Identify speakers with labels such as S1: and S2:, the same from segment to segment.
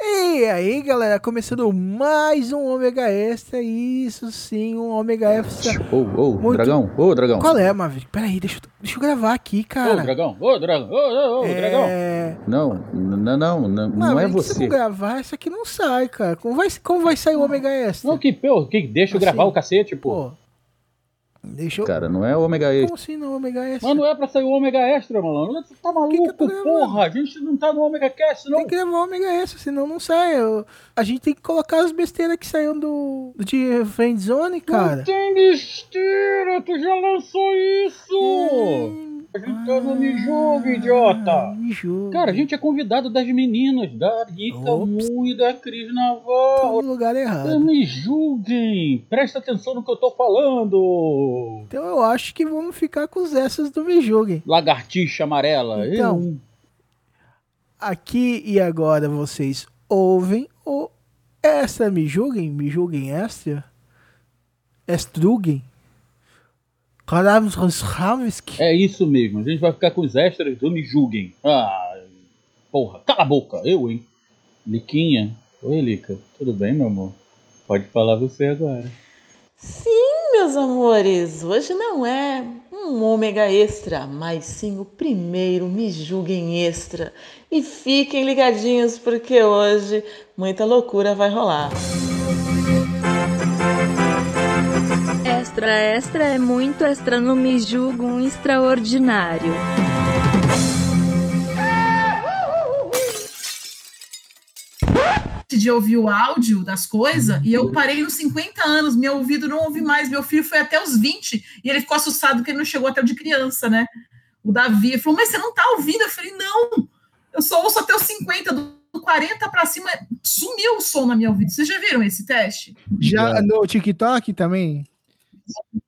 S1: E aí, galera, começando mais um ômega extra. Isso sim, um ômega extra.
S2: Ô, ô,
S1: Muito-
S2: dragão, ô, dragão.
S1: Qual é, Maverick? Peraí, deixa, eu- deixa eu gravar aqui,
S2: Ô,
S1: cara.
S2: dragão, ô, dragão, ô, ô, ô, dragão.
S1: É...
S2: Não, n- não, não, não, não é
S1: Maverick, Se
S2: você.
S1: não gravar, isso aqui não sai, cara. Como vai, como vai sair o ômega extra?
S3: Não, que, pô, que deixa eu
S1: Assim,
S3: gravar o cacete, pô.
S1: Pô. Deixa eu.
S2: Cara, não é ômega E.
S1: Como assim não, ômega extra?
S3: Mas não é pra sair o ômega extra, malandro. Você tá
S1: que
S3: maluco,
S1: eu tô gravando?
S3: porra. A gente não tá no ômega cast, não.
S1: Tem que gravar o ômega extra, senão não sai. Eu- A gente tem que colocar as besteiras que saíram do. de Friendzone, é, cara.
S3: Não tem besteira, tu já lançou isso. A gente tá no Me Julgue,
S1: É. Ah,
S3: idiota.
S1: me julga.
S3: Cara, a gente é convidado das meninas, da Rita
S1: Ops.
S3: Mu e da Cris Navarro.
S1: Tô no lugar errado.
S3: Me julguem. Presta atenção no que eu tô falando.
S1: Então eu acho que vamos ficar com os essas do Me Julguem.
S3: Lagartixa amarela.
S1: Então,
S3: Eu-
S1: Aqui e agora vocês ouvem o Extra Me Julguem? Me Julguem Extra? Estruguem? Karamsramsky?
S3: É isso mesmo, a gente vai ficar com os extras do Me Julguem. Ah, porra, cala a boca, eu, hein? Liquinha. Oi, Lica, tudo bem, meu amor? Pode falar você agora.
S4: Sim, meus amores, hoje não é um ômega extra, mas sim o primeiro Me Julguem Extra. E fiquem ligadinhos porque hoje muita loucura vai rolar.
S5: Extra, extra é muito extra, não me julgo um extraordinário.
S6: de ouvir o áudio das coisas, e eu parei nos 50 anos, meu ouvido não ouvi mais, meu filho foi até os 20, e ele ficou assustado que ele não chegou até o de criança, né? O Davi ele falou, mas você não tá ouvindo? Eu falei, não, eu só ouço até os 50, do 40 pra cima, sumiu o som na minha ouvida. Vocês já viram esse teste?
S7: Já no TikTok também?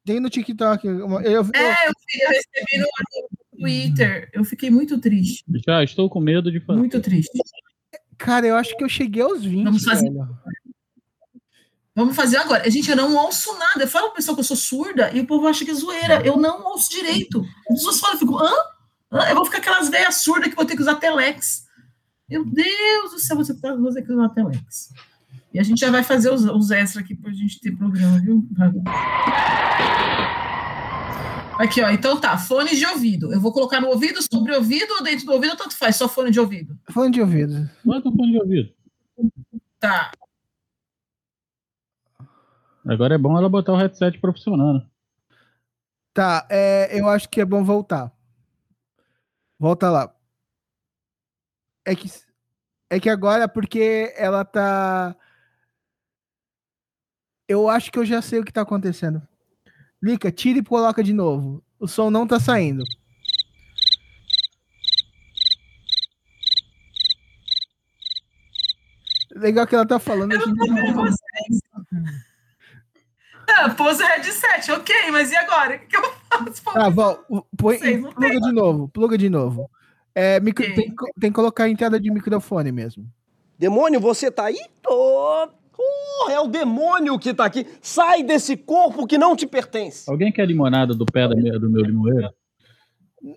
S7: Tem no TikTok. uma- Eu, eu-
S6: É, eu, eu recebi no Twitter, eu fiquei muito triste,
S3: Já estou com medo de fazer.
S6: muito triste.
S1: Cara, eu acho que eu cheguei aos 20.
S6: Vamos fazer-
S1: velho.
S6: Vamos fazer agora. Gente, eu não ouço nada. Eu falo pro pessoal que eu sou surda e o povo acha que é zoeira. Eu não ouço direito. As pessoas falam, eu fico, hã? Hã? Eu vou ficar aquelas velhas surdas que vou ter que usar telex. Meu Deus do céu, você tá você tem que usar telex. E a gente já vai fazer os, os extra aqui pra gente ter programa, viu? Rafa? Aqui, ó. Então tá, fone de ouvido. Eu vou colocar no ouvido, sobre o ouvido ou dentro do ouvido, tanto faz, só fone de ouvido.
S1: Fone de ouvido.
S3: Bota é o fone de ouvido.
S6: Tá.
S3: Agora é bom ela botar o headset pra funcionar, né?
S7: tá, é, eu acho que é bom voltar. Volta lá. É que, é que agora, porque ela tá. Eu acho que eu já sei o que tá acontecendo. Lica, tira e coloca de novo. O som não tá saindo. Legal que ela tá falando. a gente não tá ouvindo.
S6: Ah, pose headset, ok, mas e agora? O que que eu faço?
S8: Ah,
S7: Tá, Val, o- põe,
S6: Vocês não
S7: pluga de novo, pluga de novo. É, micro-
S6: Ok.
S7: tem, que co- tem que colocar a entrada de microfone mesmo.
S9: Demônio, você tá aí? Tô. Oh, é o demônio que tá aqui. Sai desse corpo que não te pertence.
S3: Alguém quer limonada do pé da minha- do meu limoeiro?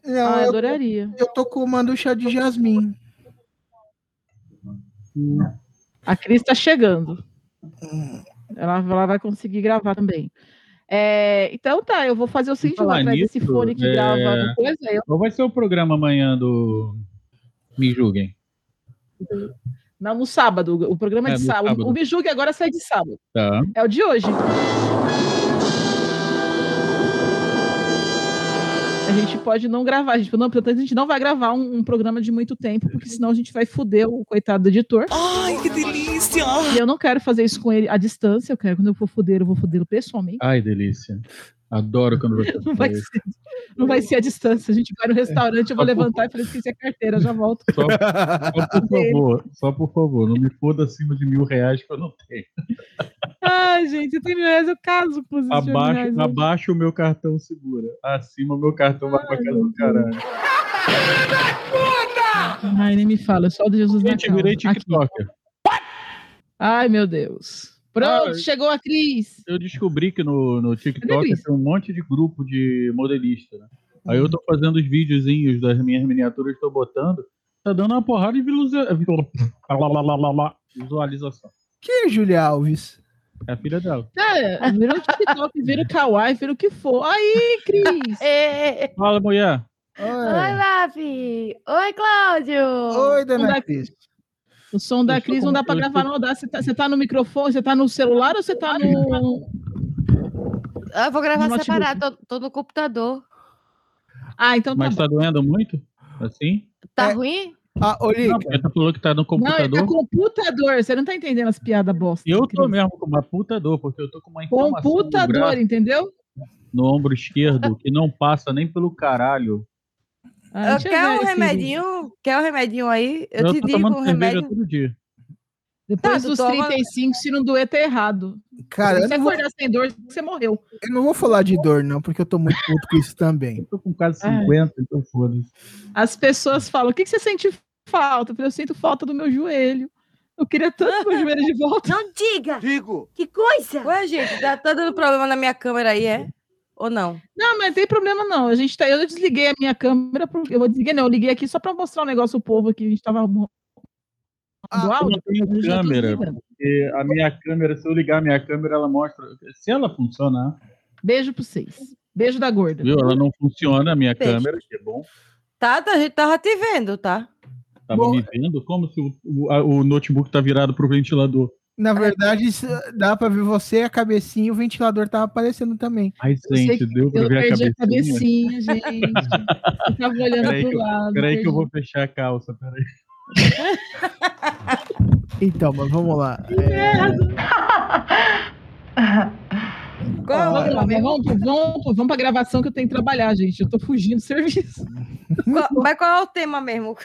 S7: Não,
S8: Ah,
S7: eu,
S8: adoraria.
S7: eu tô comando chá de jasmim.
S8: A Cris está chegando. Ela, ela vai conseguir gravar também. É, então tá, eu vou fazer o seguinte, eu vou
S3: Falar
S8: atrás desse
S3: nisso,
S8: fone que
S3: é,
S8: grava no coisa, eu
S3: Qual vai ser o programa amanhã do Me Julguem?
S8: Não, no sábado. O programa é,
S3: É,
S8: de
S3: no
S8: sábado.
S3: sábado.
S8: O Me Julgue agora sai de sábado.
S3: Tá.
S8: É o de hoje. A gente pode não gravar. A gente, não, portanto, a gente não vai gravar um, um programa de muito tempo, porque senão a gente vai foder o coitado do editor.
S9: Ai, que delícia!
S8: E eu não quero fazer isso com ele à distância. Eu quero, quando eu for foder, eu vou fodê-lo pessoalmente.
S3: Ai, delícia. Adoro quando você
S8: Não
S3: faz
S8: vai,
S3: É isso. É.
S8: ser, não vai ser à distância. A gente vai no restaurante, eu vou levantar e falar, esqueci a carteira, já volto.
S3: Só, só por favor, só por favor, não me foda acima de mil reais que eu não tenho.
S8: Ai, gente, eu tenho mil reais, eu caso com né? esses mil reais.
S3: Abaixo, abaixo o meu cartão segura. Acima o meu cartão vai pra casa do caralho.
S8: Ai, nem me fala, só do Jesus na
S3: Gente, eu
S8: causa.
S3: virei
S8: Aqui.
S3: TikToker.
S8: Ai, meu Deus. Pronto,
S3: Ah,
S8: chegou a Cris.
S3: Eu descobri que no, no TikTok
S8: Cris?
S3: tem um monte de grupo de modelista, né? Aí eu tô fazendo os videozinhos das minhas miniaturas, tô botando. Tá dando uma porrada de vilusa... Visualização.
S7: Quem é Julia Alves?
S3: É a filha dela.
S8: Cara, É, vira o TikTok, vira o Kawaii, vira o que for. Aí, Cris!
S5: É.
S3: Fala,
S8: Então
S3: mulher.
S5: Oi, Bafi! Oi, Cláudio!
S7: Oi, dona
S8: Não dá-
S7: Cris.
S8: O som da Cris não dá pra gravar, não dá. Você tá, você tá no microfone, você tá no celular ou você tá no.
S5: Eu vou gravar
S8: Notebook.
S5: separado, tô, tô no computador.
S8: Ah, então tá
S3: Mas
S8: bom.
S3: tá doendo muito? Assim?
S5: Tá
S7: É.
S5: ruim?
S7: Ah,
S3: Não,
S7: Olica.
S3: porque tu falou que tá no
S8: Não, ele
S3: computador.
S8: tá computador. Você não tá entendendo as piadas bosta.
S3: Eu tô
S8: Cris.
S3: mesmo um com uma puta dor, porque eu tô com uma inflamação no
S8: Computador,
S3: braço,
S8: entendeu?
S3: no ombro esquerdo que não passa nem pelo caralho.
S8: Ah, deixa eu
S5: quer
S8: ver
S5: um
S8: esse-
S5: remedinho? Quer um remedinho aí? Eu, te
S3: tô
S5: digo
S3: tomando
S5: um
S3: cerveja
S5: remédio.
S3: todo dia.
S8: Depois
S5: Tá, tu
S8: dos
S5: toma-
S8: 35, se não doer, tá errado.
S7: Cara,
S8: se
S7: eu
S8: você tá
S7: não, vou,
S8: acordar sem dor, você morreu.
S7: eu não vou falar de dor, não, porque eu tô muito puto com isso também.
S3: Eu tô com quase
S8: Ai.
S3: 50, então foda-se.
S8: As pessoas falam: o que, que você sente falta? Eu falei, eu sinto falta do meu joelho. Eu queria tanto meu joelho de volta.
S10: Não diga!
S9: Digo.
S10: Que coisa!
S5: Ué, gente, tá, tá dando problema na minha câmera aí, é? Ou não?
S8: Não, mas não tem problema não. A gente tá, eu desliguei a minha câmera, pro- eu vou desligar, não, eu liguei aqui só para mostrar um negócio pro povo que a gente tava mo-
S3: Eu não tenho Ah,
S8: do áudio. eu Ah, já tá tô
S3: câmera,
S8: desligando.
S3: porque a minha câmera, se eu ligar a minha câmera, ela mostra. Se ela funcionar,
S8: Beijo para vocês. Beijo da gorda.
S3: viu? Ela não funciona a minha
S5: Beijo.
S3: câmera, que é bom.
S5: Tá, tá, a gente tava te vendo, tá?
S3: Tava me vendo como se o, o, a- o notebook tá virado pro ventilador.
S7: Na verdade, isso- dá pra ver você, a cabecinha e o ventilador tava aparecendo também.
S3: Ai,
S8: Eu sei
S3: gente,
S8: que
S3: deu pra
S8: Eu
S3: ver a cabecinha.
S8: perdi a cabecinha, gente. Eu tava olhando
S3: Peraí
S8: pro
S3: que eu-
S8: lado.
S3: Peraí que eu
S8: perdi.
S3: vou fechar a calça, peraí.
S7: Então, mas vamos lá. É,
S5: Qual, é
S8: Vamos, lá, mas vamos, vamos, vamos pra gravação que eu tenho que trabalhar, gente. Eu tô fugindo do serviço.
S5: qual- mas qual é o tema mesmo?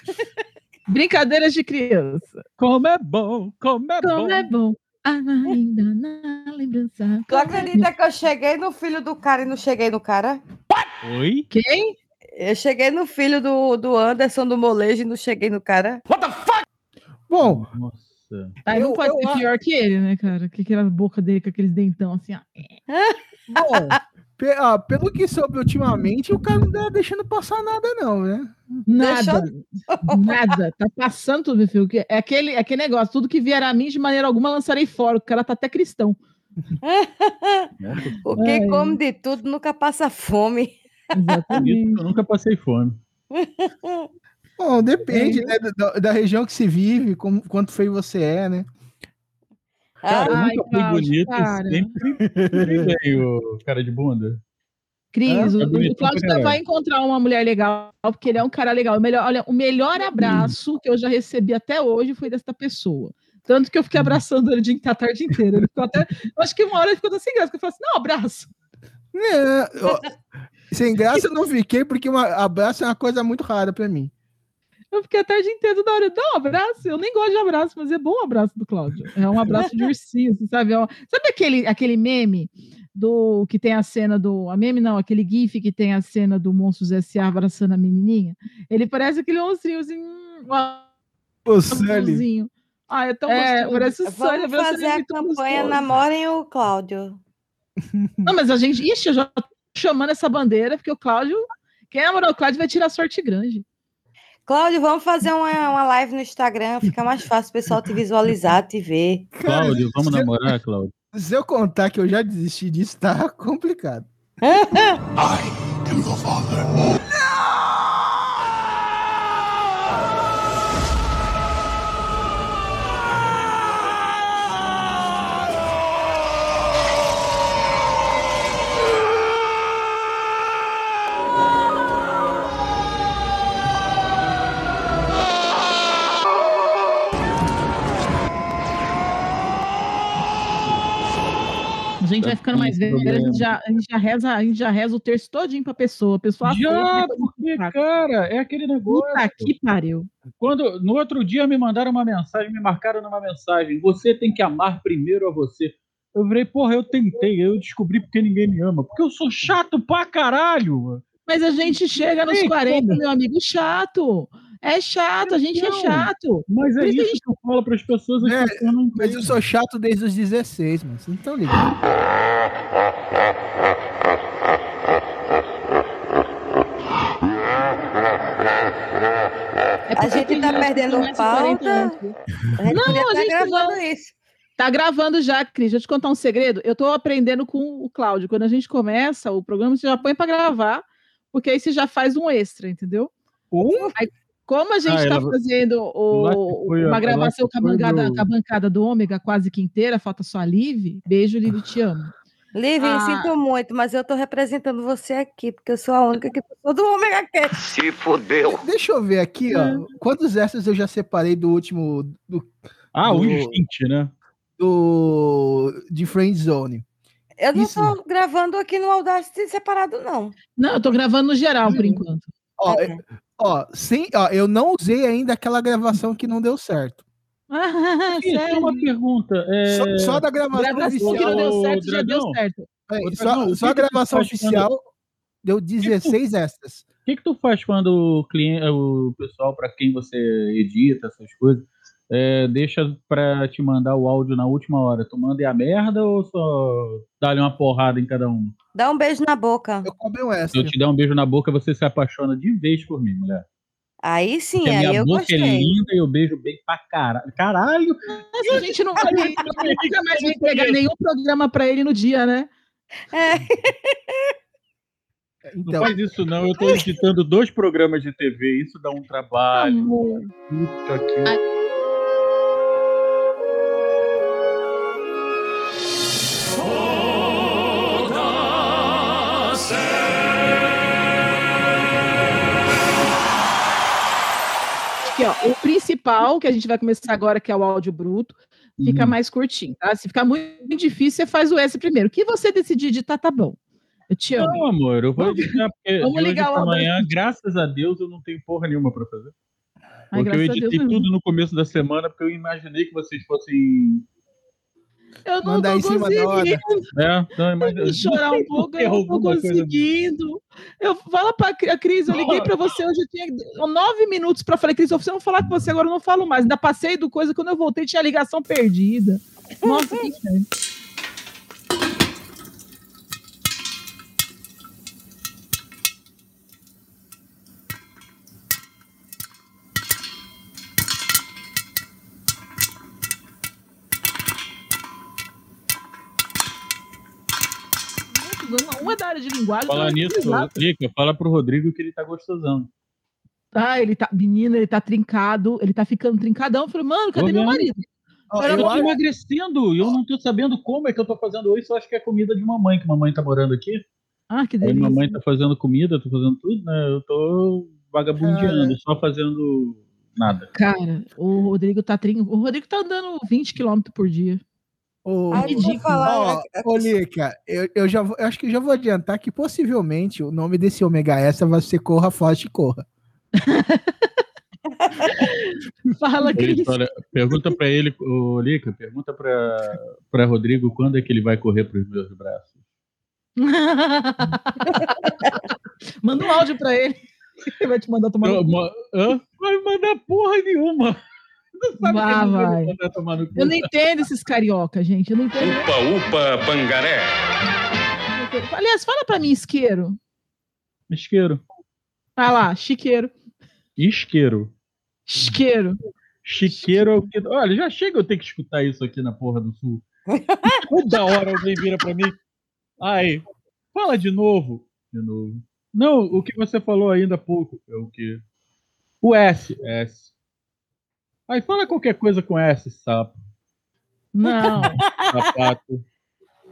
S8: Brincadeiras de criança.
S3: Como é bom, como é
S8: Como
S3: bom.
S8: é bom. Ainda na lembrança.
S5: Tu acredita que eu cheguei no filho do cara e não cheguei no cara?
S3: Oi?
S8: Quem?
S5: Eu cheguei no filho do, do Anderson do molejo e não cheguei no cara.
S7: Bom,
S3: Nossa.
S8: Aí Tá, não
S7: Eu-
S8: pode
S7: eu
S8: ser
S7: a-
S8: pior que ele, né, cara? Que aquela boca dele com aqueles dentão assim, ó.
S7: bom pe- ah, pelo que soube ultimamente, o cara não tá deixando passar nada, não, né?
S8: Nada. Nada. Tá passando tudo, meu filho. Que- É aquele, é aquele negócio. Tudo que vier a mim, de maneira alguma, lançarei fora. O cara tá até cristão.
S5: O que
S8: Ai.
S5: come de tudo nunca passa fome.
S8: Exatamente.
S3: Eu nunca passei fome.
S7: Bom, depende, né, da, da região que se vive, como, quanto feio você é, né?
S3: Cara, eu
S8: Ai,
S3: nunca fui
S8: Cláudio,
S3: bonito,
S8: cara.
S3: sempre fui bem, ô cara de bunda.
S8: Cris,
S3: Ah,
S8: o,
S3: tá bonito,
S8: o Cláudio
S3: tá
S8: vai encontrar uma mulher legal, porque ele é um cara legal. O melhor, olha, o
S3: Hum.
S8: melhor abraço que eu já recebi até hoje foi desta pessoa. Tanto que eu
S3: Hum.
S8: fiquei abraçando ele o dia inteiro, a tarde inteira. Ele ficou até. Eu acho que uma hora ele ficou sem graça, porque eu falei assim: não, abraço.
S7: Né, ó, Sem graça eu não fiquei, porque um abraço é uma coisa muito rara pra mim.
S8: Eu fiquei a tarde inteira toda hora, dá um abraço. Eu nem gosto de abraço, mas é bom o abraço do Cláudio. É um abraço de ursinho, assim, sabe? É um- Sabe aquele, aquele meme do que tem a cena do. A meme não, aquele GIF que tem a cena do Monstros S.A. abraçando a menininha? Ele parece aquele oncinho assim. hum, um
S7: Ô,
S8: azulzinho. Ah, é tão
S10: É,
S8: gostoso. Parece o Sully
S5: Vamos
S8: abraçando
S5: fazer
S8: ele,
S5: a
S8: tão
S5: campanha
S8: é gostoso.
S5: Namorem o Cláudio.
S8: Não, mas a gente. Ixi, eu já tô chamando essa bandeira, porque o Cláudio. Quem namorar o Cláudio vai tirar sorte grande.
S5: Cláudio, vamos fazer uma, uma live no Instagram, fica mais fácil o pessoal te visualizar, te ver.
S3: Cláudio, vamos
S7: se-
S3: namorar, Cláudio?
S7: Se eu contar que eu já desisti disso, tá complicado.
S8: A gente vai ficando mais
S3: tem
S8: velho, a gente, já, a, gente já reza, a gente já reza o terço todinho pra pessoa. A pessoa
S3: Já, tá
S8: aceita,
S3: porque,
S8: saco.
S3: cara, é aquele negócio.
S8: Puta que pariu.
S3: Quando, no outro dia me mandaram uma mensagem, me marcaram numa mensagem. Você tem que amar primeiro a você. Eu falei, porra, eu tentei, eu descobri porque ninguém me ama. Porque eu sou chato pra caralho. mano.
S8: Mas a gente chega nos
S3: Ei,
S8: 40, meu amigo, chato. É chato, a gente é
S3: Então,
S8: chato.
S3: Mas é
S8: Mas
S3: isso
S8: a gente-
S3: que eu falo pras pessoas. as
S7: É,
S3: pessoas não
S7: Mas eu sou chato desde os 16, mano. Vocês não estão ligados.
S8: É
S10: a gente tá perdendo pauta. A gente
S8: Não,
S10: podia
S8: a
S10: tá
S8: gente
S10: gravando
S8: não.
S10: isso.
S8: Tá gravando já, Cris. Deixa eu te contar um segredo. Eu tô aprendendo com o Cláudio. Quando a gente começa o programa, você já põe pra gravar, porque aí você já faz um extra, entendeu?
S3: Um?
S8: como a gente
S3: Ah,
S8: tá
S3: ela-
S8: fazendo o-
S3: lá que foi,
S8: uma
S3: ó,
S8: gravação
S3: lá que
S8: com a,
S3: foi
S8: bancada,
S3: no-
S8: com a bancada do Ômega quase que inteira, falta só a Liv. Beijo, Liv, te amo.
S10: Liv, eu
S8: Ah.
S10: sinto muito, mas eu tô representando você aqui, porque eu sou a única que passou do Ômega Cast.
S7: Se fodeu. Deixa eu ver aqui,
S3: É.
S7: ó. Quantos extras eu já separei do último. Do,
S3: Ah,
S7: do,
S3: uns 20, né?
S7: Do. De Friend Zone.
S10: Eu não
S7: Isso.
S10: tô gravando aqui no Audacity separado, não.
S8: Não, eu tô gravando no geral por enquanto.
S7: Ó,
S3: É.
S7: eu- ó, sem, ó, eu não usei ainda aquela gravação que não deu certo.
S3: Isso, é uma pergunta. é-
S7: Só, só da gravação,
S8: Gravação
S7: oficial.
S8: assim que não deu certo, já deu
S3: Dragão,
S8: certo.
S7: É,
S3: Ô,
S7: só,
S3: Dragão, o
S7: só
S3: que
S7: a
S3: que tu
S7: gravação
S3: faz quando-
S7: oficial deu 16 extras.
S3: O que, que tu faz quando o cliente, o pessoal para quem você edita essas coisas, é, deixa pra te mandar o áudio na última hora? Tu manda e é a merda ou só dá-lhe uma porrada em cada um?
S10: Dá um beijo na boca.
S7: Eu comprei um
S3: Se
S7: extra.
S3: eu te der um beijo na boca, você se apaixona de vez por mim, mulher.
S10: Aí sim,
S3: Porque a
S10: aí
S3: minha
S10: eu
S3: boca é
S10: gostei.
S3: linda e eu beijo bem pra caralho. Caralho!
S8: Nossa, a gente não vai nunca mais vai entregar nenhum programa pra ele no dia, né?
S10: É,
S3: Não
S7: Então,
S3: faz isso não, eu tô editando dois programas de TV, isso dá um trabalho. Puta que-
S8: Aqui, ó, o principal que a gente vai começar agora, que é o áudio bruto, fica
S3: Hum.
S8: mais curtinho, tá? Se ficar muito difícil, você faz o S primeiro. O que você decidir editar, tá bom. Eu te amo.
S3: Não, amor, eu vou editar porque
S8: Vamos
S3: de hoje
S8: ligar o
S3: pra
S8: áudio.
S3: manhã, graças a Deus, eu não tenho porra nenhuma pra fazer. porque
S8: Ai,
S3: eu
S8: graças a
S3: editei
S8: Deus, né?
S3: tudo no começo da semana, porque eu imaginei que vocês fossem.
S8: Eu não
S7: Manda
S8: tô
S7: aí em cima da hora.
S8: conseguindo
S3: Né? Não, imagina-
S8: vou chorar um pouco, eu não tô
S3: Alguma coisa tipo. minha.
S8: conseguindo. Eu fala pra Cri- a Cris, eu liguei pra você hoje, eu tinha nove minutos pra falar, Cris, se eu não falar com você agora, eu não falo mais. Ainda passei do coisa, quando eu voltei tinha ligação perdida. Nossa, que inferno. Uma da área de linguagem.
S3: Falar
S8: outra da área de
S3: nisso,
S8: exatas.
S3: Drica, fala pro Rodrigo que ele tá gostosão.
S8: Ah, ele tá. Menina, ele tá trincado, ele tá ficando trincadão. Eu falei, mano, cadê
S3: Tô
S8: meu
S3: vendo.
S8: marido?
S7: ó,
S3: eu
S7: eu,
S3: tô
S7: acho-
S3: emagrecendo e eu não tô sabendo como é que eu tô fazendo isso. Eu acho que é comida de mamãe, que mamãe tá morando aqui.
S8: Ah, que
S3: Aí
S8: delícia.
S3: mamãe tá fazendo comida, tô fazendo tudo, né? Eu tô vagabundeando, só fazendo nada.
S8: Cara, o Rodrigo tá trin... O Rodrigo tá andando 20 km por dia.
S7: ô,
S10: Ai, vou
S8: Ridículo.
S10: falar.
S7: ó, ô, Lica, eu, eu já vou- eu acho que eu já vou adiantar que possivelmente o nome desse ômega extra vai ser Corra, Forte e Corra.
S8: Fala, Cris.
S3: Isso, olha, pergunta pra ele, ô, Lica, pergunta pra, pra Rodrigo quando é que ele vai correr pros meus braços.
S8: Manda um áudio pra ele. Ele vai te mandar tomar.
S3: Eu,
S8: no cu.
S3: ma- hã? Vai mandar porra nenhuma. Não sabe o que
S8: Vai,
S3: ele vai
S8: vai.
S3: mandar tomar no cu.
S8: Eu não entendo esses carioca, gente. Eu não entendo.
S11: Upa, upa, pangaré.
S8: Aliás, fala pra mim, isqueiro.
S3: Isqueiro.
S8: Ah lá, chiqueiro.
S3: Isqueiro.
S8: Isqueiro.
S3: Chiqueiro é o que. Olha, já chega eu ter que escutar isso aqui na porra do sul. Toda hora alguém vira pra mim. Ai, fala de novo. De novo. Não, o que você falou ainda há pouco é o quê? O S. S. Aí fala qualquer coisa com S, sapo,
S8: Não.
S3: sapato.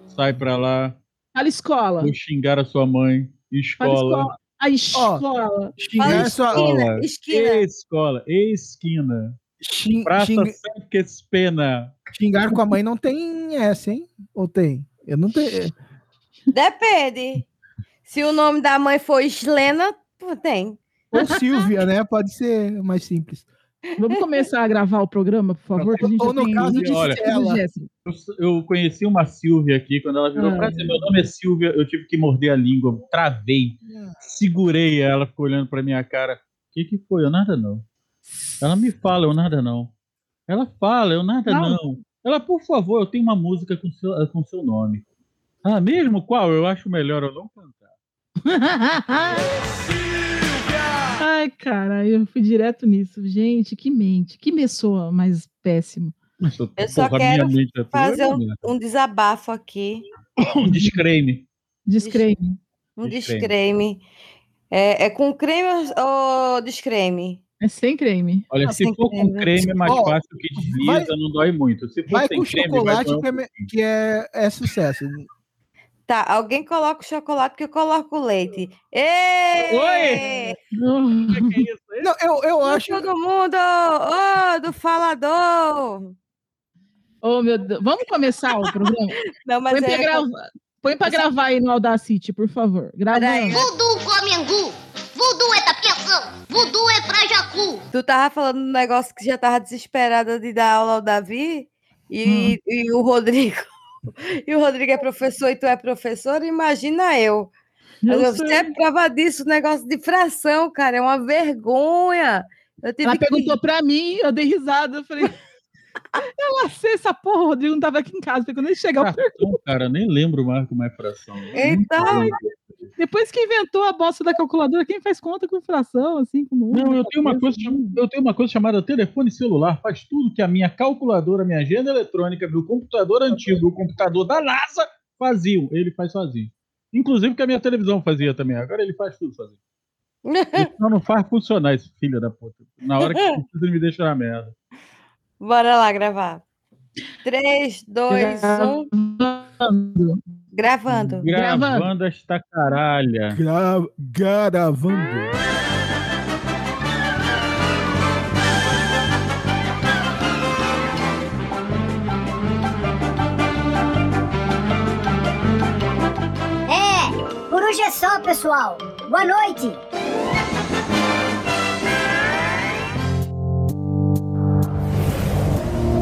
S3: sai pra lá.
S8: Fala escola.
S3: Vou xingar a sua mãe.
S8: Fala
S3: Escola.
S8: escola. A escola.
S7: Xingar
S10: Fala
S7: sua,
S10: esquina,
S3: escola.
S10: esquina.
S3: Escola. Esquina.
S7: xin-
S3: Praça
S7: xing-
S3: Sanques Pena.
S7: xingar com a mãe não tem essa, hein? Ou tem? Eu não tenho.
S10: Depende. Se o nome da mãe for Islena, pô, tem.
S7: Ou Silvia, né? Pode ser mais simples.
S8: Vamos começar a gravar o programa, por favor? Que a gente
S7: Ou
S8: já
S7: no
S8: tem
S7: caso de
S8: 20
S3: olha,
S8: segundos, Jéssica.
S3: Eu, eu conheci uma Silvia aqui, quando ela virou
S8: Ah.
S3: pra mim, meu nome é Silvia, eu tive que morder a língua, eu travei,
S10: Ah.
S3: segurei ela, ficou olhando pra minha cara. O que que foi? Eu nada não. Ela me fala, eu nada não. Ela fala, eu nada não.
S8: Não.
S3: Ela, por favor, eu tenho uma música com seu, com seu nome. Ah, mesmo? Qual? Eu acho melhor eu não cantar.
S8: Ai, cara, eu fui direto nisso. Gente, que mente, que pessoa mais péssima.
S10: Eu só quero fazer um, um desabafo aqui.
S3: é um descreme.
S8: Descreme.
S10: Um
S3: Descreme.
S10: descreme. É, é com creme ou descreme?
S8: É sem creme.
S3: Olha,
S10: Ah,
S3: se
S10: sem
S3: for com creme é mais
S10: Ó,
S3: fácil que desliza, não dói muito. Se for
S7: Vai
S3: sem
S7: com
S3: creme,
S7: chocolate
S3: vai um
S7: que, é, me- que é, é sucesso.
S10: Tá, alguém coloca o chocolate que eu coloco o leite. Oi!
S7: Não, eu, eu
S3: é.
S10: acho. Todo mundo! Ô, do falador!
S8: Oh, meu Deus. Vamos começar o programa?
S10: Não, mas
S8: Põe pra,
S10: é-
S8: grava- Põe pra gravar aí no Audacity, por favor. Gravando.
S11: Vudu Flamengo! Vudu é da piação! Vudu é pra Jacu!
S10: Tu tava falando um negócio que já tava desesperada de dar aula ao Davi
S8: Hum.
S10: e, e o Rodrigo. E o Rodrigo é professor e tu é professor, imagina eu.
S8: Eu
S10: Mas você
S8: sei.
S10: é prova disso, o negócio de fração, cara, é uma vergonha. Eu tive
S8: Ela
S10: que-
S8: perguntou pra mim, eu dei risada. Eu falei. eu lancei essa porra, o Rodrigo não tava aqui em casa. Porque quando ele chegar, eu pergunto.
S3: Não, um cara, nem lembro mais como é fração.
S10: Eita!
S8: Depois que inventou a bosta da calculadora, quem faz conta com fração, assim, como.
S3: Não, eu tenho, uma coisa, cham- eu tenho uma coisa chamada telefone celular. Faz tudo que a minha calculadora, minha agenda eletrônica, meu computador antigo, o computador da NASA faziam. Ele faz sozinho. Inclusive que a minha televisão fazia também. Agora ele faz tudo sozinho. Ele só não faz funcionar esse filho da puta. Na hora que precisa, ele me deixa na merda.
S10: Bora lá gravar. 3, 2, 1. Gravando.
S3: Gravando esta caralha.
S7: Gra- gravando.
S11: É, por hoje é só, pessoal. Boa noite.